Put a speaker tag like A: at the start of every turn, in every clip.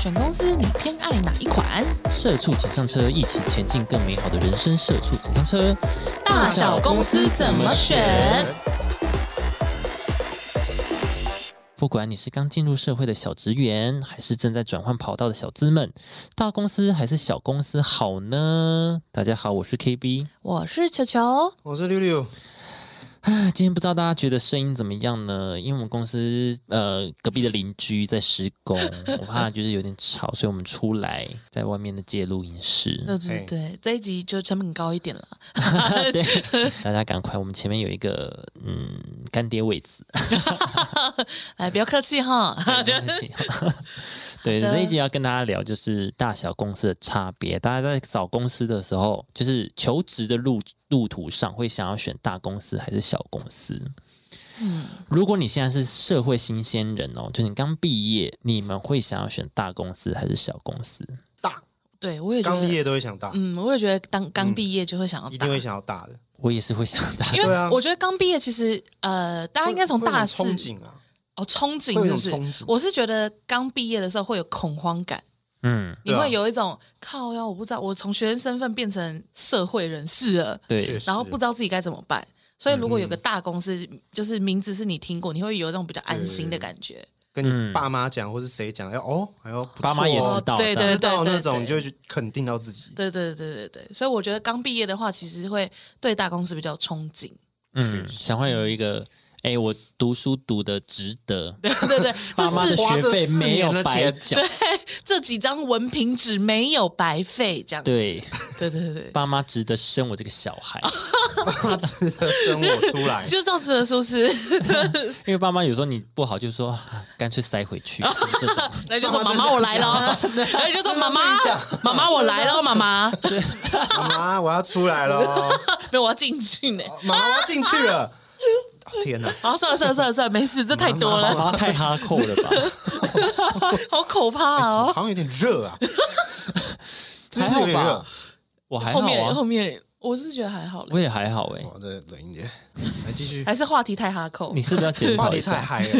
A: 选公司你偏爱哪一款？
B: 社畜请上车，一起前进更美好的人生。社畜请上车，
A: 大小公司怎么选？
B: 不管你是刚进入社会的小职员，还是正在转换跑道的小资们，大公司还是小公司好呢？大家好，我是 KB。
A: 我是球球，
C: 我是六六，
B: 唉啊今天不知道大家觉得声音怎么样呢？因为我们公司呃隔壁的邻居在施工， 我怕就是有点吵，所以我们出来在外面的借录音室。
A: 对对
C: 嘿
A: 对，这一集就成本高一 点了。
B: 对， 大家赶快，我们前面有一个嗯干爹位置。
A: 哎，不要客气哈。
B: 对，
A: 好的
B: 这一集要跟大家聊就是大小公司的差别。大家在找公司的时候，就是求职的路路途上，会想要选大公司还是小公司？
C: 嗯
B: 如果你现在是社会新鲜人哦，就你刚毕业，你们会想要选大公司还是小公司？
C: 大
A: 对，我也觉
C: 刚毕
A: 得，
C: 业都会想大，
A: 嗯，我也觉得当刚毕业就会
B: 哦
A: 想要
C: 一
A: 打
C: 定会想要大的，
B: 我也是会想大
A: 因为
C: 对啊
A: 我觉得刚毕业其实呃，大家应该从
C: 会有
A: 大
C: 一
A: 四
C: 种憧憬啊，
A: 哦憧
C: 会
A: 憬
C: 有一
A: 是
C: 种
A: 不是？
C: 憧憬
A: 我是觉得刚毕业的时候会有恐慌感，
B: 嗯，
A: 你
C: 对啊
A: 会有一种靠呀，我不知道，我从学生身份变成社会人士了。
B: 对
C: 确，实，嗯
A: 然后不知道自己该怎么办。所以如果有个大公司，就是名字是你听过，你会有那种比较安心的感觉。
C: 跟
B: 嗯
C: 你爸妈讲或是谁讲，哎哦，哎呦，不错
B: 爸
C: 哦
B: 妈也知道
A: 对对对
C: 知道
A: 对对
C: 那种，你就会去肯定到自己，
A: 对对对对对，所以我觉得刚毕业的话，其实会对大公司比较有憧憬。
B: 嗯，想会有一个，哎、我读书读的值得，
A: 对对对，
B: 爸妈
A: 这
B: 的
A: 是
C: 花
B: 学
C: 这
B: 费
C: 四
B: 没有
C: 年的
B: 白
C: 钱
B: 缴，
A: 这几张文凭纸没有白费，这样。
B: 对，
A: 对对对对，
B: 爸妈值得生我这个小孩。
C: 他值得生我出 来，
A: 就这样子了，是不是？
B: 因为爸妈有时候你不好，就说啊干脆塞回去，是这种
A: 然后就说
C: 妈
A: 妈
C: 妈
A: 妈我
C: 真的
A: 来了，然后就说妈妈
C: 真的这
A: 妈妈我来了，妈妈，
C: 妈妈我要出来了，
A: 没有我要进去呢。
C: 妈妈我要进去了，哦天哪，
A: 啊，算了算了算了算了，没事，这太多
B: 爸
A: 了，
B: 妈太哈扣了吧？
A: 好可怕
C: 哎怎么
A: 哦。
C: 好像有点 热啊，真
B: 还
C: 的
B: 好
C: 有点热
B: 吧，？我还好
A: 后面后
B: 啊，
A: 面我是觉得还好嘞
B: 我。也还好哎、
C: 哦，对，冷一点，来继续，
A: 还是话题太哈扣
B: 你。是不是要检
C: 话
B: 讨
C: 题
B: 一
C: 太
B: 下？
C: 嗨 了，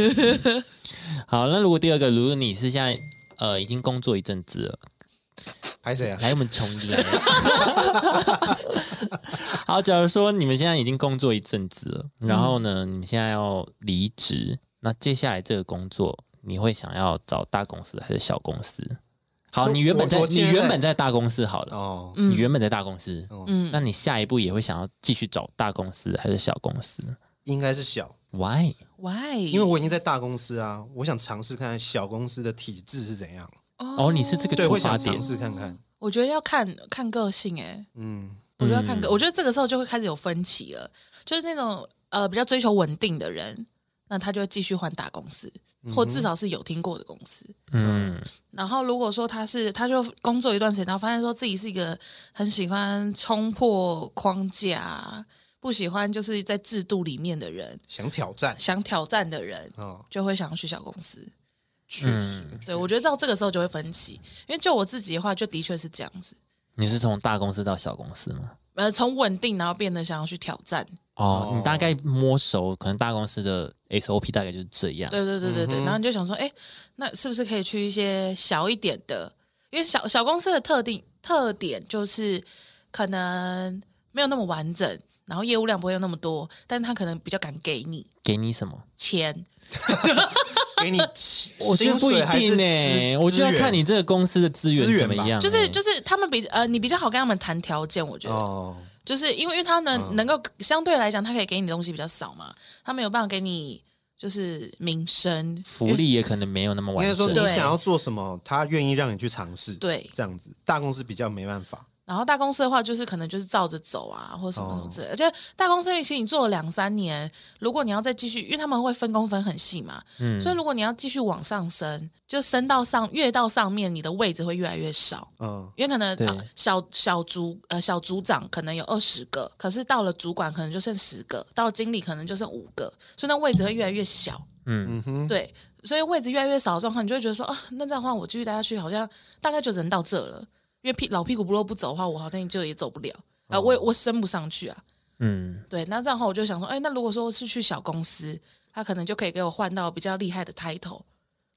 B: 好，那如果第二个，如果你是现在呃已经工作一阵子了，
C: 拍谁啊？
B: 来我们重来。 好，假如说你们现在已经工作一阵子了，然后呢，你们现在要离职，那接下来这个工作你会想要找大公司还是小公司？好，
C: 我
B: 你原本在
C: 我我
B: 你
C: 现在
B: 原本在大公司好了，
C: 哦，
A: 嗯
B: 你原本在大公司，
A: 嗯
B: 那你下一步也会想要继续找大公司还是小公司
C: 应该是小。
B: ？Why？
A: ，Why？
C: 因为我已经在大公司啊，我想尝试看看小公司的体制是怎样，
B: 哦，你是这个
C: 对，
B: 出
C: 会
B: 发
C: 想
B: 点
C: 尝，试看看。
A: 我觉得要看看个性哎、
C: 嗯，
A: 我觉得要看个，我觉得这个时候就会开始有分歧了，就是那种呃比较追求稳定的人，那他就会继续换大公司，
C: 嗯
A: 或至少是有听过的公司。
B: 嗯
A: 然后如果说他是，他就工作一段时间，然后发现说自己是一个很喜欢冲破框架，啊不喜欢就是在制度里面的人，
C: 想挑战
A: 想挑战的人，
C: 啊，
A: 就会想要去小公司。
C: 确实，
A: 对，我觉得到这个时候就会分歧，因为就我自己的话，就的确是这样子，
B: 你是从大公司到小公司吗？
A: 呃，从稳定然后变得想要去挑战，
B: 哦，
C: 哦
B: 你大概摸熟，可能大公司的 SOP 大概就是这样。
A: 对对对对
C: 嗯
A: 对，然后你就想说，哎，那是不是可以去一些小一点的？因为小小公司的特定特点就是可能没有那么完整，然后业务量不会有那么多，但他可能比较敢给你
B: 给你什么？
A: 钱，
C: 给 你
B: 我觉得
C: 薪
B: 不一
C: 水还是
B: 定呢、
C: 资
B: 我就要
C: 资源
B: 看你这个公司的资源
C: 资
B: 怎
C: 源
B: 么样、欸
A: 就是
C: 嗯
A: 就是他们比呃你比较好跟他们谈条件，我觉得。
C: 哦，
A: 就是因为因为他能、
B: 嗯
A: 能够相对来讲，他可以给你的东西比较少嘛，他没有办法给你就是名声
B: 福利也可能没有那么
C: 应
B: 完
C: 该说
B: 整
C: 你。
A: 对
C: 想要做什么，他愿意让你去尝试，
A: 对
C: 这样子大公司比较没办法，
A: 然后大公司的话，就是可能就是照着走啊，或者什么
C: 哦
A: 什么之类的。而且大公司因为其实你做了两三年，如果你要再继续，因为他们会分工分很细嘛，
B: 嗯
A: 所以如果你要继续往上升，就升到上越到上面，你的位置会越来越少。
C: 嗯，
A: 因为可能、
B: 对
A: 啊、小小组呃小组长可能有二十个，可是到了主管可能就剩十个，到了经理可能就剩五个，所以那位置会越来越小。
B: 嗯，
A: 对，所以位置越来越少的状况，你就会觉得说啊，那这样的话我继续待下去，好像大概就人到这了。因为屁老屁股不落不走的话，我好像就也走不了啊、呃我也
B: 哦
A: 我升不上去啊。
B: 嗯
A: 对，那这样的话我就想说，哎，那如果说是去小公司，他可能就可以给我换到比较厉害的 title，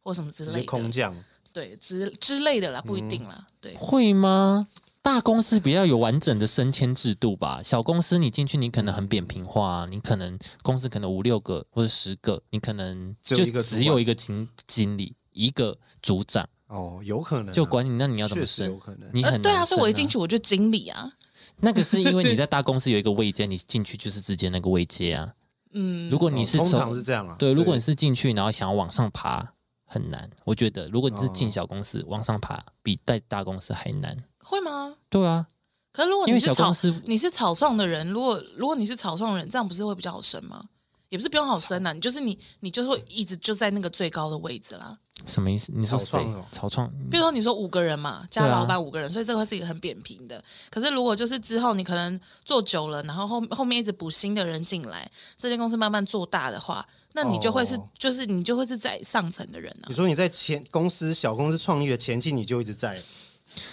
A: 或什么之
C: 只
A: 类
C: 是空
A: 的，
C: 降，
A: 对之之类的啦，不一定
B: 嗯
A: 啦，对，
B: 会吗？大公司比较有完整的升迁制度吧，小公司你进去，你可能很扁平化、啊你可能公司可能五六个或者十个，你可能
C: 只有
B: 就
C: 一个主
B: 只
C: 管
B: 有一个经经理，一个组长
C: 哦，有可能啊、
B: 就管你，那你要怎么
C: 确实有
B: 升？
C: 可能。
B: 你很
A: 呃，
B: 难
A: 对啊，所以我一
B: 升
A: 进去我就经理啊，
B: 那个是因为你在大公司有一个位阶，你进去就是直接那个位阶啊。
A: 嗯，
B: 如果你
C: 哦
B: 是
C: 通
B: 从
C: 常是这样啊，
B: 对，如果你是进去然后想要往上爬，很难。我觉得如果你是进小公司，往上爬比在大公司还难。
A: 会吗？
B: 对啊，
A: 可是如果哦你
B: 因为
A: 是
B: 小
A: 草
B: 公司
A: 你是草创的人，如果如果你是草创人，这样不是会比较好升吗？也不是不用好升啊，你就是你你就是会一直就在那个最高的位置啦。
B: 什么意思？你说
C: 草
B: 谁
C: 创哦？
B: 草创？
A: 比如说你说五个人嘛，加
B: 对啊
A: 老板五个人，所以这个会是一个很扁平的。可是如果就是之后你可能做久了，然后后后面一直补新的人进来，这间公司慢慢做大的话，那你就会是、
C: 哦
A: 就是你就会是在上层的人啊
C: 你。说你在前公司小公司创立的前期，你就一直在，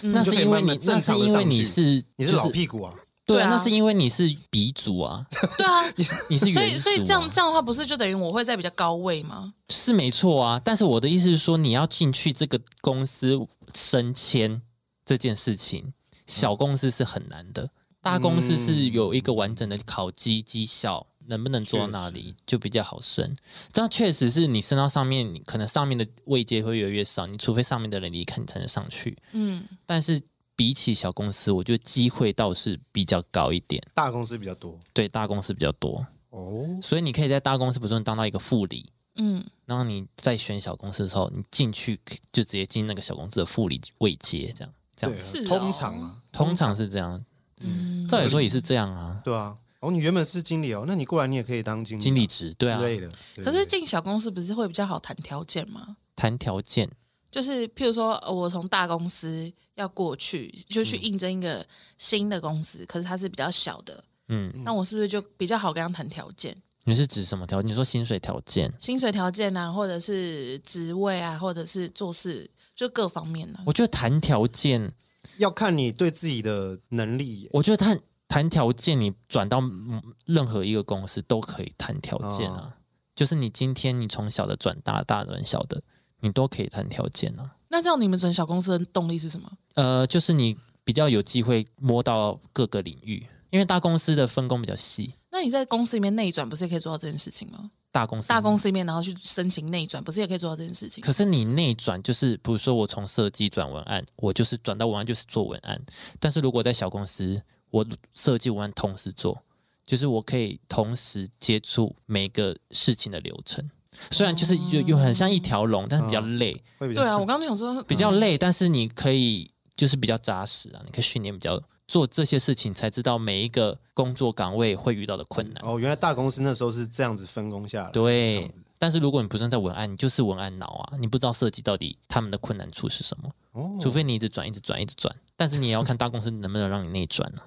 A: 嗯
B: 那是因为你
C: 你，就可
B: 那
C: 以慢慢正
B: 是
C: 常地
B: 因为你
C: 上去
B: 是
C: 你
B: 就是是
C: 老屁股啊，
B: 对
A: 对啊
B: 啊，那是因为你是鼻祖啊，
A: 对啊，
B: 你是
A: 所
B: 元
A: 以所以
B: 祖
A: 这样
B: 啊
A: 这样的话，不是就等于我会在比较高位吗？
B: 是没错啊。但是我的意思是说，你要进去这个公司升迁这件事情，小公司是很难的，大公司是有一个完整的考绩绩效。能不能做到那
C: 确
B: 里就比较好升，但确实是你升到上面，你可能上面的位阶会越来越少，你除非上面的人离开，你才能上去。
A: 嗯，
B: 但是比起小公司，我觉得机会倒是比较高一点，
C: 大公司比较多
B: 对大公司比较多。
C: 哦。
B: 所以你可以在大公司，比如说你当到一个副理，
A: 嗯，
B: 然后你在选小公司的时候，你进去就直接进那个小公司的副理位阶，这样这
C: 对
B: 样，
A: 是哦
C: 啊，通常啊，
B: 通常是这样。
A: 嗯
B: 照理说也是这样啊，
C: 对啊。哦，你原本是经理哦，那你过来你也可以当经理啊
B: 经理职对啊
C: 之，类的。对
A: 可是
C: 对
A: 进小公司不是会比较好谈条件吗？
B: 谈条件
A: 就是譬如说，呃我从大公司要过去，就去应征一个新的公司，可是它是比较小的，
B: 嗯，
A: 那我是不是就比较好跟他谈条件、
B: 你是指什么条件？你说薪水条件？
A: 薪水条件啊，或者是职位啊，或者是做事，就各方面呢、啊？
B: 我觉得谈条件，
C: 对要看你对自己的能力耶，
B: 我觉得谈谈条件，你转到嗯任何一个公司都可以谈条件
C: 哦
B: 啊。就是你今天你从小的转大，大的转小的，你都可以谈条件啊。
A: 那这样你们转小公司的动力是什么？
B: 呃，就是你比较有机会摸到各个领域，因为大公司的分工比较细，
A: 那你在公司里面内转，不是也可以做到这件事情吗？
B: 大公司
A: 大公司里面，然后去申请内转，不是也可以做到这件事情？
B: 可是你内转就是，比如说我从设计转文案，我就是转到文案就是做文案。但是如果在小公司，我设计文案同时做，就是我可以同时接触每个事情的流程。虽然就是有有很像一条龙，但是比较累，
C: 会比较
A: 对啊，我刚刚想说，
B: 比较
C: 嗯
B: 累，但是你可以就是比较扎实啊，你可以训练比较做这些事情，才知道每一个工作岗位会遇到的困难。
C: 哦，原来大公司那时候是这样子分工下来。这
B: 对
C: 样子，
B: 但是如果你不算在文案，你就是文案脑啊，你不知道设计到底他们的困难处是什么，
C: 哦，
B: 除非你一直转、一直转、一直转，但是你也要看大公司能不能让你内转啊，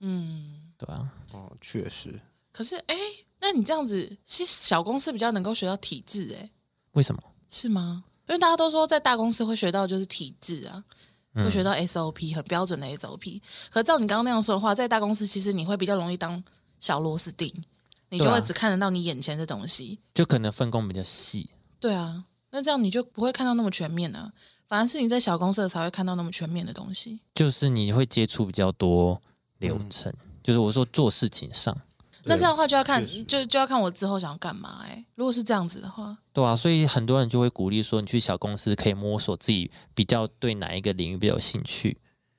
A: 嗯，
B: 对吧、
C: 哦，确实，
A: 可是哎、那你这样子，其实小公司比较能够学到体制、哎。
B: 为什么？
A: 是吗？因为大家都说在大公司会学到就是体制啊，
B: 嗯
A: 会学到 SOP 很标准的 SOP。可照你刚刚那样说的话，在大公司其实你会比较容易当小螺丝钉，你就
B: 对啊
A: 会只看得到你眼前的东西。
B: 就可能分工比较细，
A: 对啊，那这样你就不会看到那么全面啊。反而是你在小公司的才会看到那么全面的东西。
B: 就是你会接触比较多流程，
C: 嗯
B: 就是我说做事情上，
A: 那这样的话就要看
C: 确实，
A: 就就要看我之后想要干嘛、欸。如果是这样子的话，
B: 对啊，所以很多人就会鼓励说，你去小公司可以摸索自己比较对哪一个领域比较有兴趣，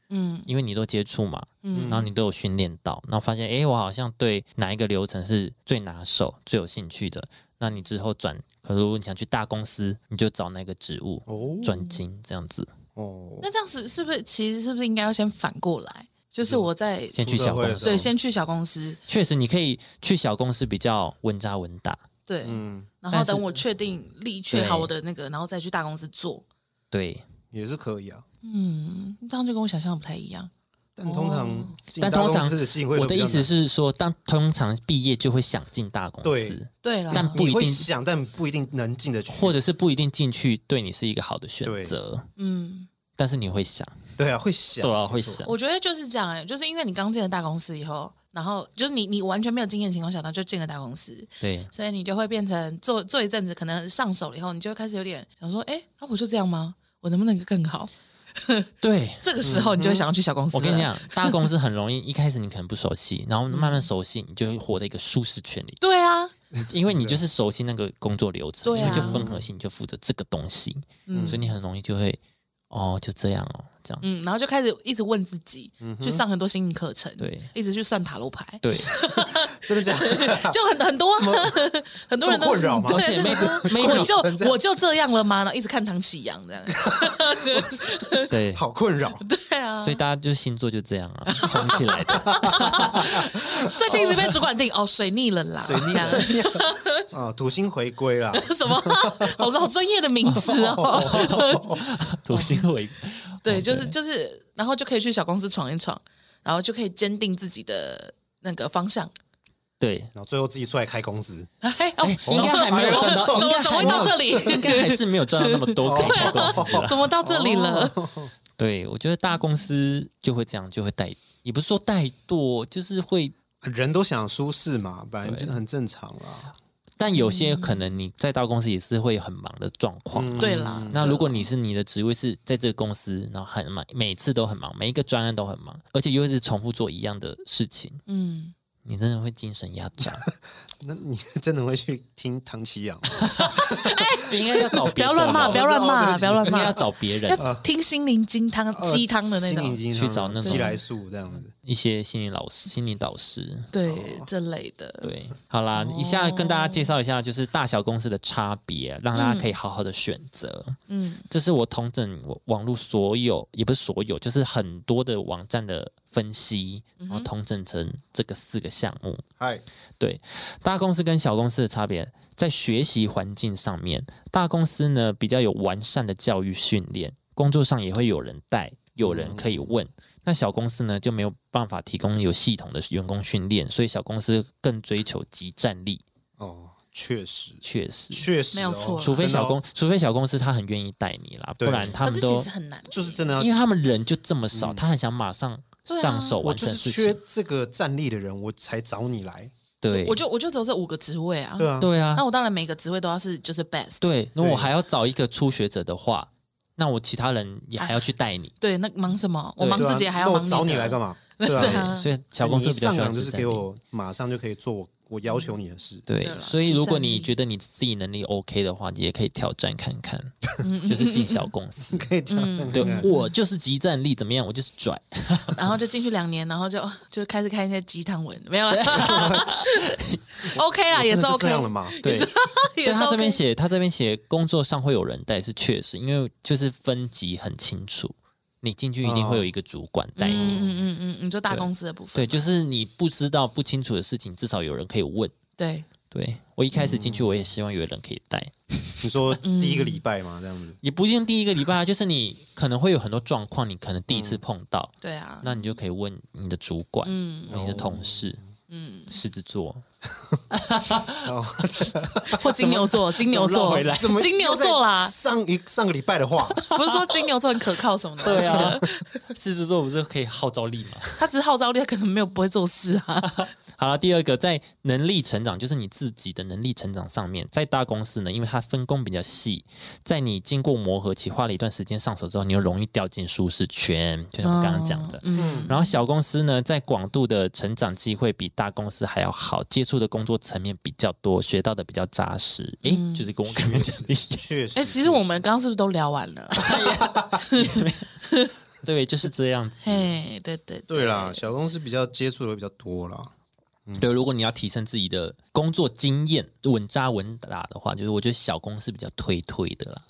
A: 嗯
B: 因为你都接触嘛，
A: 嗯
B: 然后你都有训练到，然后发现，诶，我好像对哪一个流程是最拿手、最有兴趣的，那你之后转，可如果你想去大公司，你就找那个职务
C: 哦
B: 转经这样子，
C: 哦，
A: 那这样子是不是其实是不是应该要先反过来？就是我在
B: 先去
C: 出社
B: 小
C: 会
B: 公
C: 的时
B: 司
A: 对，先去小公司，
B: 确实你可以去小公司比较稳扎稳打，
A: 对，
C: 嗯，
A: 然
B: 但
A: 后
B: 是
A: 等我确定力确好
B: 对
A: 我的那个，然后再去大公司做。
B: 对，
C: 也是可以啊。
A: 嗯，这样就跟我想象的不太一样。
C: 但通常，进
B: 哦但
C: 大
B: 通
C: 公
B: 常
C: 司的机会
B: 我
C: 都
B: 的
C: 比较
B: 意思
C: 难，
B: 是说，当通常毕业就会想进大公司
C: 对，
A: 对啦，
B: 但不一
C: 你会
B: 定
C: 想，但不一定能进得去，
B: 或者是不一定进去对你是一个好的选
C: 对
B: 择，
A: 嗯，
B: 但是你会想，
C: 对啊，会想，
B: 对啊，
C: 没错
B: 会想，
A: 欸我觉得就是这样哎、就是因为你刚进了大公司以后，然后就是你你完全没有经验的情况下，然后就进了大公司，
B: 对，
A: 所以你就会变成做做一阵子，可能上手了以后，你就会开始有点想说，哎、那、我就这样吗？我能不能更好？
B: 对，
A: 这个时候你就会想要去小公司、
B: 我跟你，讲，大公司很容易，一开始你可能不熟 悉，然后慢慢熟悉，你就会活在一个舒适圈里，
A: 对啊，
B: 因为你就是熟悉那个工作流程，
A: 对
B: 因
A: 啊
B: 为就分核心，你就负责这个东西，
A: 嗯
B: 所以你很容易就会哦，就这样哦，这样，
A: 嗯，然后就开始一直问自己，去上很多心理课程，，
B: 对
A: 一直去算塔罗牌，
B: 对，
C: 真的假的？
A: 就很很多啊
C: 么
A: 很多人
C: 这么
A: 都
C: 困扰吗
B: 而
A: 对，
B: 且
A: 就是说
B: maybe
A: 我
B: maybe
C: 成这
A: 就
C: 样
A: 我就这样了吗？然后一直看唐启阳这样，
B: 对，
C: 好困扰，
A: 对啊
B: 所以，大家就星座就这样 啊，红起来的，
A: 最近一直被主管定哦，水逆了啦，
C: 水逆
A: 这样
C: 啊，土星回归啦，
A: 什么？好好专业的名词哦。
B: 土星回哦
A: 对，就是就是，然后就可以去小公司闯一闯，然后就可以坚定自己的那个方向。
B: 对，
C: 然后最后自己出来开公司，
A: 哎，哦
B: 哎，应该还没有赚到，
A: 怎
B: 应
A: 么
B: 该
A: 怎么
B: 还
A: 会
B: 没
A: 到
B: 有
A: 这里？
B: 应该还是没有赚到那么多可以 开公司 啦
A: 怎么到这里了？
B: 哦对，我觉得大公司就会这样，就会怠，也不是说怠惰，就是会。
C: 人都想舒适嘛，本来
B: 对
C: 就很正常啦。
B: 但有些
A: 嗯
B: 可能你在大公司也是会很忙的状况
C: 嗯
B: 嘛。
A: 对啦，
B: 那如果
A: 对啦
B: 你是你的职位是在这个公司，然后很忙，每次都很忙，每一个专案都很忙，而且又是重复做一样的事情，
A: 嗯，
B: 你真的会精神压榨。
C: 那你真的会去听唐奇阳吗？
B: 应该要找
A: 不
B: 别
A: 要
B: 的
A: 乱骂，
B: 吧
A: 不要乱骂，
C: 我
A: 不
C: 知
A: 要
C: 道
A: 乱
B: 应该要
A: 骂，
B: 找别人，
A: 要听心灵鸡汤鸡汤的那
C: 呃心
A: 种，
C: 灵鸡汤
B: 去找那种
C: 鸡来素这样子。
B: 一些心理老师、心理导师。
A: 对这类的。
B: 对，好啦，以下跟大家介绍一下，就是大小公司的差别，让大家可以好好的选择。
A: 嗯，
B: 这是我统整我网络所有，也不是所有，就是很多的网站的分析，然后统整成这个四个项目。
C: 嗨，
B: 对，大公司跟小公司的差别在学习环境上面，大公司呢比较有完善的教育训练，工作上也会有人带，有人可以问。那小公司呢就没有办法提供有系统的员工训练，所以小公司更追求集战力，
C: 哦，确实，
B: 确实。
C: 确实哦
A: 没有错
B: 除非小，
C: 真的
B: 公
C: 哦，
B: 除非小公司他很愿意带你啦，不
C: 对呃
B: 然他
A: 可
B: 们
A: 是
B: 都
A: 其实很难，
C: 就是真的
B: 因
C: 要。
B: 为他们人就这么少，他很想马上
A: 对啊
B: 上手
C: 嗯我
B: 完
C: 就
B: 成事
C: 是缺
B: 情。
C: 这个战力的人，我才找你来。
B: 对，
A: 我就我就只有这五个职位啊。
C: 对啊，
B: 对啊
A: 那，我当然每个职位都要是就是 best。
B: 对。那我
C: 对
B: 还要找一个初学者的话，那我其他人也还要去带你。
A: 对，那忙什么？我
B: 对
A: 忙
C: 对啊
A: 自己还
C: 那
A: 要
C: 我
A: 忙
C: 找你
A: 的
C: 来干嘛？
A: 对
C: 对
A: 啊
C: 啊，
B: 对，所以小公司
C: 你一
B: 比较
C: 上
B: 喜欢
C: 岗就是
B: 这
C: 给
B: 种
C: 我马上就可以做我我要求你的事。
B: 对
A: 对，啦
B: 所以
A: 集
B: 如果
A: 战
B: 你
A: 力
B: 觉得你自己能力 OK 的话，你也可以挑战看看，
A: 嗯
B: 就是进小公司。
C: 可以这样看
B: 对
C: 看，
B: 我就是集战力怎么样，我就是拽。
A: 然后就进去两年，然后就就开始看一些鸡汤文，没有了。OK 啦，
C: 我
A: 也
C: 真
A: 是
C: 的就
A: OK，
C: 这样了嘛？
B: 对，
A: 也
B: 但
A: 是
B: 他这
A: OK
B: 边。写，他这边写工作上会有人带是确实，因为就是分级很清楚，你进去一定会有一个主管带
A: 嗯
B: 你。
A: 嗯嗯嗯嗯，就大公司的部分
B: 对，
A: 嘛。
B: 就是你不知道、不清楚的事情，至少有人可以问。
A: 对
B: 对我一开始进去，我也希望有人可以带，
C: 你说第一个礼拜嘛，这样子。
B: 也不一定第一个礼拜啊，就是你可能会有很多状况，你可能第一次碰到，
A: 对啊，
B: 那你就可以问你的主管、
A: 嗯
B: 你的同事。
A: 嗯，
B: 狮子座，
A: 或金牛座，金牛
B: 绕
A: 座
B: 回来，
C: 怎么
A: 金牛座啦
C: 又在，上一上个礼拜的 话，
A: 不是说金牛座很可靠什么的。
B: 对啊，狮子座不是可以号召力吗？
A: 他只是号召力，他可能没有不会做事啊。
B: 好了，第二个在能力成长，就是你自己的能力成长上面，在大公司呢，因为它分工比较细，在你经过磨合期，花了一段时间上手之后，你又容易掉进舒适圈，就像我刚刚讲的。
A: 嗯，
B: 然后小公司呢，在广度的成长机会比大公司还要好，接触的工作层面比较多，学到的比较扎实。诶，
C: 嗯
B: 就是跟我刚刚
C: 确
B: 讲
C: 实
B: 的一 样，
C: 确实。
A: 哎，其实我们刚刚是不是都聊完了？
B: 对，就是这样子。
A: 嘿，对对
C: 对啦，小公司比较接触的会比较多啦。
B: 对，如果你要提升自己的工作经验，稳扎稳打的话，就是我觉得小公司比较推推的啦。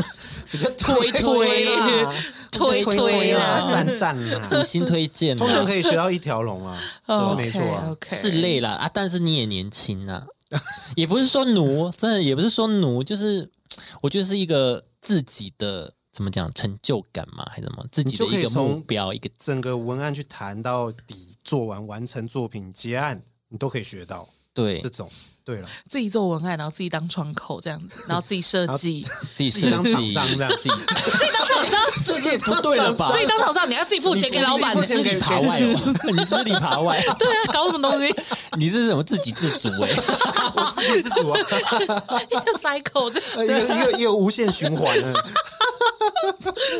C: 比较 推
A: 推
C: 啦
A: 推推啦
C: 啦，赞赞啦
B: 五，星推荐啊啦，
C: 通常可以学到一条龙 啊，是没错啊。
A: ，OK，
B: 是累了啊，但是你也年轻啊， 也不是说奴，真的也不是说奴，就是我觉得是一个自己的怎么讲成就感嘛，还是什么自己
C: 你
B: 的
C: 就可
B: 一
C: 以
B: 个
C: 从
B: 目标，一个
C: 整个文案去谈到底，做完完成作品结案，你都可以学到
B: 对
C: 这种。对 了，
A: 自己做文案，然后自己当窗口这样子，然后自己设计，
B: 自己
C: 自
B: 设
C: 己当
B: 计
C: 厂商这样
B: 自 己
A: 自己当厂商，
C: 这
A: 自
C: 也
B: 不对了吧
A: 己当厂商，你要自己付钱给老板
C: 你
A: 的
C: 自己付
B: 自
C: 钱
A: 对
C: 给
B: 己 爬外，你自己爬外，
A: 啊，搞什么东西？
B: 你这是什么自给自足哎、
C: 我自给自 足啊，
A: 一个 cycle 这
C: 一个一个一个无限循环啊。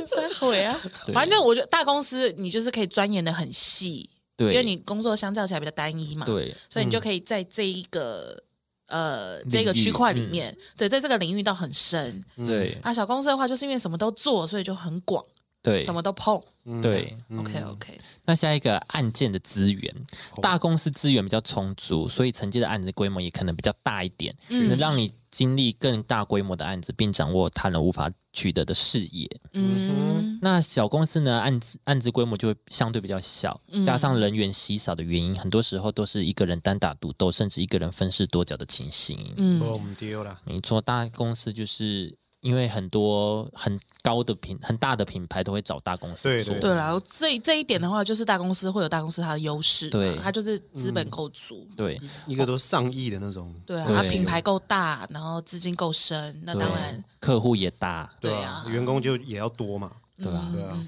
A: cycle 呀，
B: 对
A: 啊反正我觉得大公司你就是可以钻研的很细， 因
B: 对，
A: 为你工作相较起来比较单一嘛，，
B: 对
A: 所以你就可以在这一个。呃，
B: 域
A: 这个区块里面，对，在这个领域到很深
B: 对
A: 啊。小公司的话，就是因为什么都做，所以就很广，
B: 对
A: 什么都碰。
C: 嗯
B: 对。
C: 嗯
A: OK OK，
B: 那下一个案件的资源，
A: 哦
B: 大公司资源比较充足，所以承接的案子规模也可能比较大一点，
A: 嗯
B: 能让你经历更大规模的案子，并掌握他人无法取得的视野。
A: 嗯
B: 那小公司呢，案子案子规模就会相对比较小，
A: 嗯
B: 加上人员稀少的原因，很多时候都是一个人单打独斗，甚至一个人分饰多角的情形。
A: 嗯，
C: 我们丢了，
B: 没错，大公司就是因为很多很高的品、很大的品牌都会找大公司
C: 对
B: 做，
A: 对啦，这这一点的话，就是大公司会有大公司它的优势嘛，
B: 对
A: 它就是资
C: 嗯
A: 本够足，
B: 对
C: 一个都上亿的那种，
A: 对啊，
B: 对
A: 它品牌够大，然后资金够深，那
B: 对
A: 当然，
B: 客户也大，
C: 对
A: 对
C: 啊
A: 啊，嗯
C: 员工就也要多嘛，
B: 嗯对吧、
C: 对啊，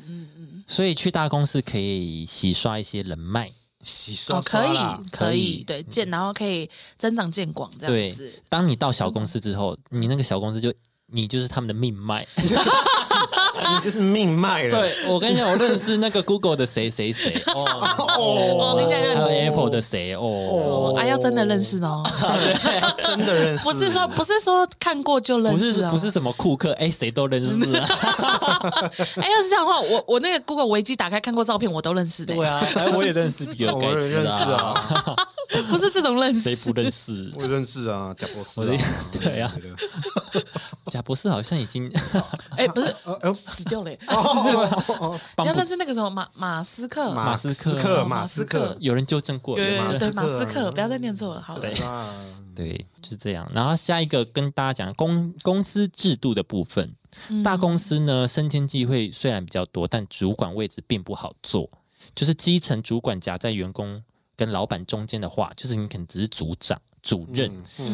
B: 所以去大公司可以洗刷一些人脉。
C: 洗
A: 哦，
C: 刷
A: 可
C: 刷
A: 以
C: 啦，嗯
A: 可
B: 可以
A: 以，对，见，然后可以增长见广这
B: 对
A: 样子，，
B: 当你到小公司之后，你那个小公司就你就是他们的命脉。
A: 啊
C: 你就是命脉了。
B: 对我跟你讲，我认识那个 Google 的谁谁谁哦，
C: 哦，
A: 听起来就
B: 还
A: 很
B: 有 Apple 的谁哦，
A: 哦，啊，要真的认识哦，
C: 真的认识，
A: 不是说不是说看过就认
B: 不
A: 识
B: 是
A: 哦，
B: 不是什么库克，哎，谁都认识啊。
A: 哎，要是这样的话，我我那个 Google 维基打开看过照片，我都认识的，
B: 对啊，反正我也认识比 尔
C: 哦我
B: 盖
C: 也认
B: 茨
C: 识，啊，
A: 不是这种认识
B: 谁，不认识？
C: 我也认识啊，贾博士
B: 我的
C: 啊，
B: 对啊贾博士好像已经
A: 哎，不是
C: 哦，哎呦
A: 死掉了耶，
B: 帮
A: 要
B: 不
A: 不是那个什么马马斯克，
C: 哦马斯克，马斯克，
B: 有人纠正过，
A: 有有
B: 有
A: 有
B: 人
A: 对
C: 马
A: 马
C: 斯克
A: 斯克，不要再念错了，好，
C: 特斯拉啊，
B: 对，就是这样。然后下一个跟大家讲公公司制度的部分，大公司呢升迁机会虽然比较多，但主管位置并不好做，就是基层主管夹在员工跟老板中间的话，就是你可能只是组长、主任，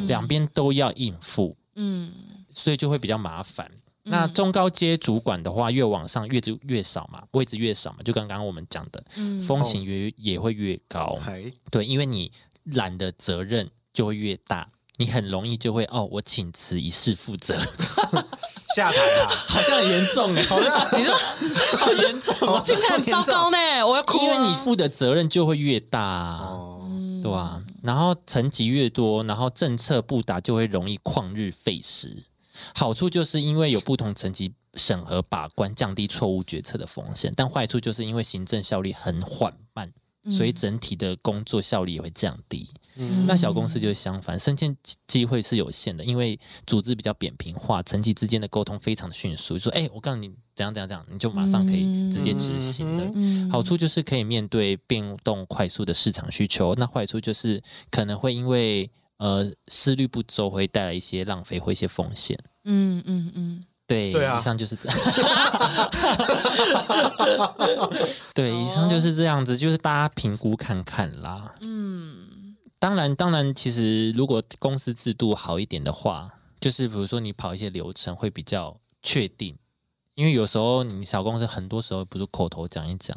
B: 两边都要应付，
A: 嗯
B: 所以就会比较麻烦。那中高阶主管的话，越往上越就越少嘛，位置越少嘛，就刚刚我们讲的，
A: 嗯
B: 风险也也会越高。
C: 哎，
B: 对，因为你揽的责任就会越大，你很容易就会哦，我请辞一事负责，
C: 下台 啦，
B: 好像很严重哎，好像
A: 你说
B: 好严重哦，
A: 听起来很糟糕呢， 我要哭啊
B: 因为你
A: 了
B: 负的责任就会越大啊，
C: 哦，
B: 对吧、然后层级越多，然后政策不达就会容易旷日费时。好处就是因为有不同层级审核把关，降低错误决策的风险；但坏处就是因为行政效率很缓慢，所以整体的工作效率也会降低。那小公司就是相反，升迁机机会是有限的，因为组织比较扁平化，层级之间的沟通非常的迅速。说，哎、我告诉你怎样怎样怎样，你就马上可以直接执行
C: 嗯
B: 了。
A: 嗯
B: 好处就是可以面对变动快速的市场需求，那坏处就是可能会因为呃思虑不周，会带来一些浪费或一些风险。
A: 嗯嗯嗯，
B: 对，
C: 对啊
B: 以上就是 这样。对，以上就是这样子，就是大家评估看看啦。嗯，当然，当然，其实如果公司制度好一点的话，就是比如说你跑一些流程会比较确定，因为有时候你小公司很多时候不是口头讲一讲，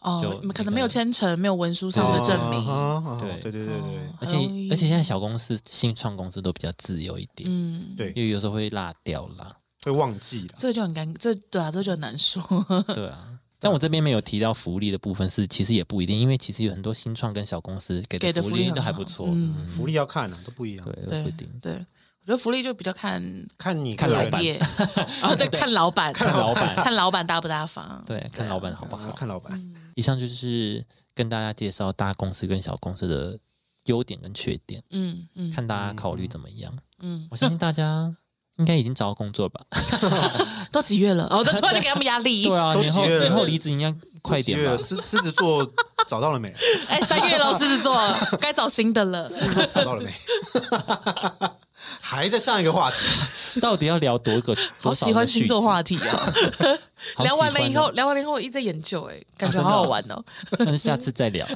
A: 哦，
B: 就
A: 可能没有签成，没有文书上的证明，
C: 哦
B: 对
C: 对对对对
B: 而
A: 很
B: 且
A: 容易
B: 而且现在小公司新创公司都比较自由一点，
A: 嗯，
C: 对，
B: 因为有时候会落掉 啦。
C: 会忘记了，
A: 这就很尴，这对啊，这就很难说，
B: 对啊。但我这边没有提到福利的部分，是其实也不一定，因为其实有很多新创跟小公司给
A: 给的
B: 的福
A: 福利
B: 利
A: 很
B: 都还
A: 好
B: 不错。
A: 嗯
B: 嗯，
C: 福利要看啊，都不一样，
B: 对，不
A: 对
B: 一定。
A: 对，我觉得福利就比较看
C: 看你
B: 看
C: 个
B: 老
C: 人
B: 板
A: 产业，哦，对，看老板，看
B: 老板
A: 看老板大不大方，
B: 对，看老板好不
C: 啊
B: 好？
C: 看老板，
B: 以上就是跟大家介绍大公司跟小公司的优点跟缺点，
A: 嗯嗯
B: 看大家考虑怎么样。
A: 嗯，
B: 我相信大家应该已经找到工作吧？
A: 都几月了，哦，都突然间给他们压力
B: 对，啊，
C: 都
B: 年后
C: 几月了
B: 年后离职应该快点
C: 几月
B: 吧
C: 了？？狮狮子座找到了没？
A: 哎，三月喽，狮子座该找新的了，
C: 找到了没？ 还在上一个话题，
B: 到底要聊多个
A: 好
B: 多少
A: 喜欢
B: 的续
A: 星座
B: 集
A: 话题啊！
B: 好
A: 聊完了
B: 喜欢
A: 以后，
B: 哦，
A: 聊完了以后我一直在研究、欸，哎，感觉
B: 啊真的
A: 好好
B: 哦
A: 玩哦。
B: 那下次再聊。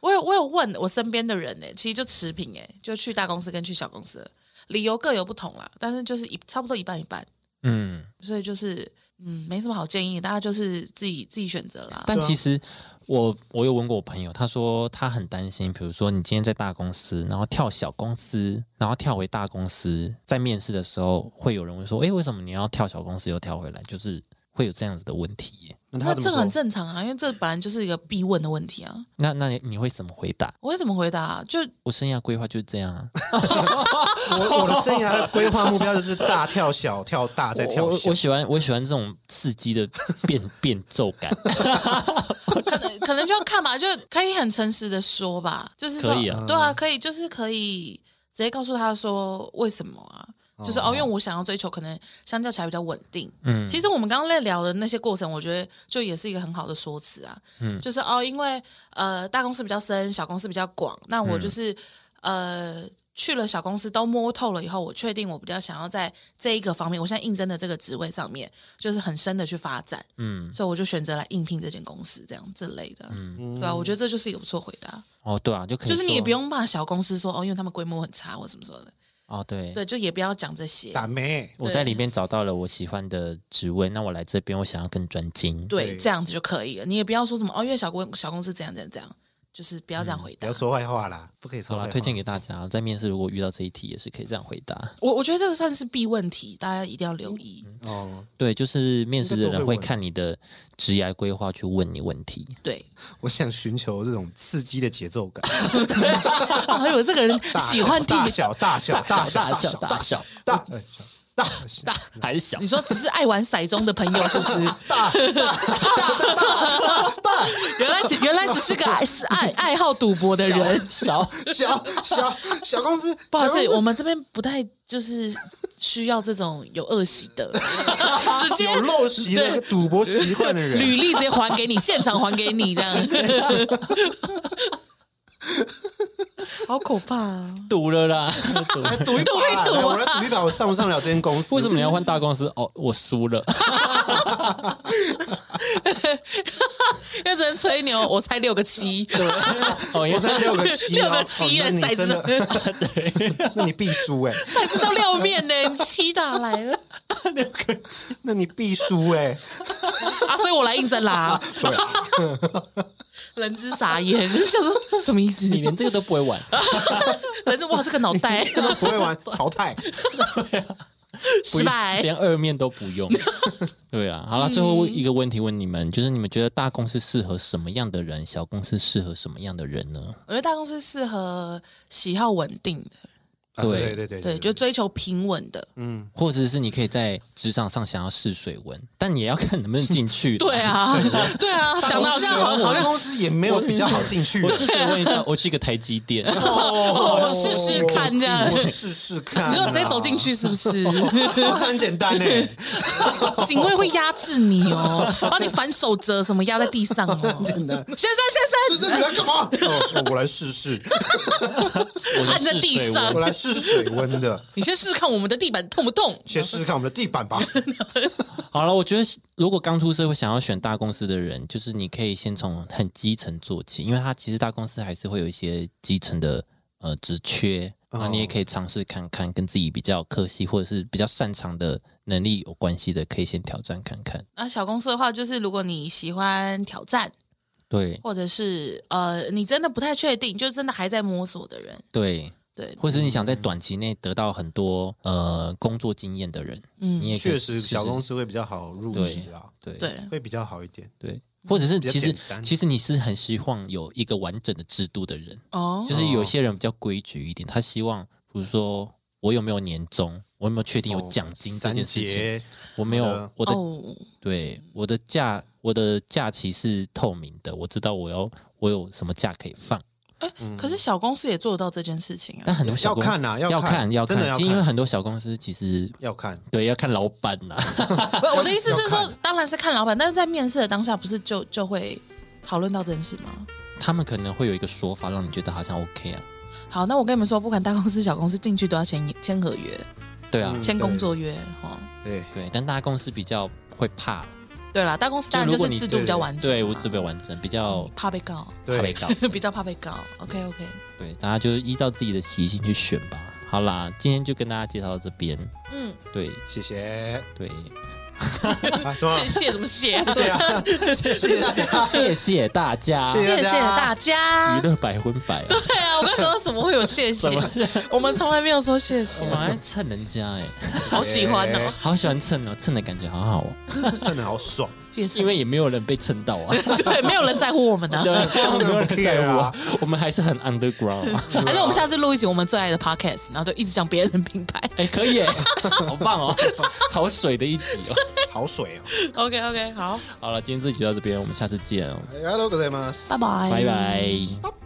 A: 我有我有问我身边的人呢、其实就持平哎、就去大公司跟去小公司，理由各有不同啦，但是就是一差不多一半一半，
B: 嗯，
A: 所以就是嗯没什么好建议，大家就是自己自己选择啦。
B: 但
C: 对啊
B: 其实我我有问过我朋友，他说他很担心，比如说你今天在大公司，然后跳小公司，然后跳回大公司，在面试的时候会有人会说，诶，为什么你要跳小公司又跳回来？就是会有这样子的问题耶。
C: 那
A: 那
C: 他怎
A: 这个
C: 么说
A: 很？正常啊，因为这本来就是一个必问的问题啊。
B: 那那你会怎么回答？
A: 我会怎么回答啊、就
B: 我生涯规划就是这样啊，
C: 我我的生涯规划目标就是大跳小，跳大再
B: 我
C: 跳
B: 我
C: 小
B: 我。喜欢我喜欢这种刺激的变变奏感，
A: 可能可能就要看吧，就可以很诚实的说吧，就是说
B: 可以啊
A: 对啊，可以就是可以直接告诉他说为什么啊。就是哦，因为我想要追求可能相较起来比较稳定。
B: 嗯，
A: 其实我们刚刚在聊的那些过程，我觉得就也是一个很好的说辞啊。
B: 嗯
A: 就是哦，因为呃大公司比较深，小公司比较广，那
B: 嗯
A: 我就是、呃去了小公司都摸透了以后，我确定我比较想要在这一个方面，我现在应征的这个职位上面，就是很深的去发展。
B: 嗯
A: 所以我就选择来应聘这间公司，这样这类的，对啊，我觉得这就是一个不错回答，
B: 哦对啊，就可以
A: 就是你也
B: 说
A: 不用骂小公司说哦，因为他们规模很差或什么什么的，
B: 哦对
A: 对，就也不要讲这些，
C: 打妹，
B: 我
A: 对
B: 在里面找到了我喜欢的职位，那我来这边，我想要更专精。
A: 对，
C: 对
A: 这样子就可以了。你也不要说什么哦，因为小公小公司怎样怎样怎样，就是不要这样回
C: 不
A: 答
C: 要。说坏话啦，不可以说
B: 好
C: 坏
B: 啦，
C: 话。
B: 推荐给大家，在面试如果遇到这一题，也是可以这样回答。
A: 我我觉得这个算是必问题，大家一定要留意。
C: 哦，
B: 对，就是面试的
C: 应该
B: 人
C: 都会
B: 会
C: 问
B: 看你的职业规划去问你问题。
A: 对，
C: 我想寻求这种刺激的节奏感，
A: 哎呦，这个人
C: 大小
A: 喜欢听
C: 大小大 小
B: 大
C: 小
B: 小
C: 小
B: 大小
C: 大大小大小
B: 大还是小
A: 你？说只是爱玩骰盅的朋友是不是？
C: 大
A: 原来只原来只是个爱是爱爱好赌博的人。
B: 小
C: 小小小公司，
A: 不好意
C: 小公
A: 思，
C: 司
A: 我们这边不太就是需要这种有恶习 的，直接
C: 有陋习的赌博习惯 的人，
A: 履历直接还给你，现场还给你这样，好可怕啊！
B: 赌了啦！赌了
C: 赌一把啦，
A: 赌一赌啊
C: 来我来赌一把，我上不上了这间公 司？
B: 为什么你要换大公司？哦，我输了。
A: 又只能吹牛，我猜六个七，
B: 哦，因为
C: 我才六个七哦，
A: 六个七
C: 哦
A: 耶，
C: 那
A: 骰
C: 你
A: 子
C: 真的，那你必输哎，
A: 骰子到六面呢，你七打来了
C: 那你必输哎，
A: 啊！所以我来应征啦。
C: 啊
A: 人之傻眼， 想说什么意思？
B: 你连这个都不会玩，
A: 人之哇，这个脑袋
C: 不会玩淘汰，
B: 不
A: 失败。
B: 连二面都不用。对啊，好了，最后一个问题问你们，就是你们觉得大公司适合什么样的人，小公司适合什么样的人呢？
A: 我觉得大公司适合喜好稳定的，
C: 啊
B: 对
C: 对对
A: 对，就追求平稳的。
C: 嗯，
B: 或者是你可以在职场上想要试水温，但你也要看能不能进去。
A: 对，啊，对啊，讲的好 像好好
C: 我们
A: 像
C: 公司也没有比较好进去
B: 我
A: 啊
C: 的，
B: 试水温一下，我去一个台积电，
C: 哦
A: 我试试看这样
C: 我试试看，
A: 你如果直接走进，去，是不是
C: 好像很简单哎，
A: 警卫会压制你哦，把你反手折什么压在地上哦？
C: 真的。
A: 先生，
C: 先生，你来干嘛？哦我来试试，
B: 我
A: 按在
B: 试
A: 地
B: 水温
A: 上
C: 我来试水温的，
A: 你先试试看我们的地板痛不痛？
C: 先试试看我们的地板吧。
B: 好了，我觉得如果刚出社会想要选大公司的人，就是你可以先从很基层做起，因为它其实大公司还是会有一些基层的呃职缺，那
C: 哦
B: 你也可以尝试看看，跟自己比较科系或者是比较擅长的能力有关系的，可以先挑战看看。
A: 那小公司的话，就是如果你喜欢挑战，
B: 对
A: 或者是呃，你真的不太确定，就真的还在摸索的人，
B: 对，
A: 对，
B: 或是你想在
C: 嗯
B: 短期内得到很多呃工作经验的人，
A: 嗯
B: 你也可以
C: 确实，
B: 试试
C: 小公司会比较好入籍啦，
B: 对
A: 对，
C: 会比较好一点。
B: 对，或者是
C: 比较
B: 其实
C: 简单
B: 其实你是很希望有一个完整的制度的人，
A: 哦，
B: 就是有些人比较规矩一点，他希望比如说我有没有年终，我有没有确定有奖金这
C: 哦三
B: 件事情，
C: 节
B: 我没有
C: 好的
B: 我的
A: 哦，
B: 对我的假我的假期是透明的，我知道我要我有什么假可以放，
A: 可是小公司也做得到这件事情
B: 但
A: 啊。
B: 很多小
C: 要
B: 公
C: 看啊要
B: 要
C: 看
B: 要
C: 真的要
B: 其实因为
C: 看
B: 很多小公司其实
C: 要看，
B: 对要看老板啊呐、
A: 不，我的意思是
C: 要
A: 说，当然是看老板，但是在面试的当下，不是就就会讨论到这件事吗？
B: 他们可能会有一个说法让你觉得好像 OK 啊，
A: 好，那我跟你们说，不管大公司、小公司进去都要签签合约，
B: 对啊，
C: 嗯
A: 签
C: 对
A: 工作约哦。
C: 对，
B: 对，但大公司比较会怕，
A: 对啦，大公司当然
B: 就如
A: 就
B: 果
A: 是
B: 你
A: 制度比较完整嘛，
B: 对，我只比较完整，比较
A: 怕被告，
C: 对
B: 怕被告，
A: 比较怕被告。OK OK，
B: 对，大家就是依照自己的习性去选吧。好啦，今天就跟大家介绍到这边，
A: 嗯，
B: 对
C: 谢谢，
B: 对，
C: 啊怎么
A: 谢
C: 了
A: 谢怎么谢？
C: 谢谢啊， 谢谢 大家，
B: 谢谢
A: 谢
B: 大家，
C: 谢
A: 谢大
B: 娱
A: 家。
B: 乐百分百、啊，
A: 对啊，我刚说怎么会有谢谢？ 我们从来没有说谢谢
B: 我，们还蹭人家哎、
A: 好喜欢哦。
B: 好喜欢蹭哦，蹭的感觉好好哦，
C: 蹭的好爽，
A: 介绍
B: 因为也没有人被蹭到啊，
A: 对，没有人在乎我们呢。
B: 对，啊没有人在乎
C: 不
B: 啊，我们还是很 underground 啊，
A: 还是我们下次录一集我们最爱的 podcast，然后就一直讲别人的品牌。
B: 哎、可以、哎， 好棒哦，好水的一集哦。
C: 好水哦。
A: OK OK，好，
B: 好了，今天这集就到这边，我们下次见哦，
C: ありがとうございます。
A: 拜拜，
B: 拜拜。
C: 拜拜。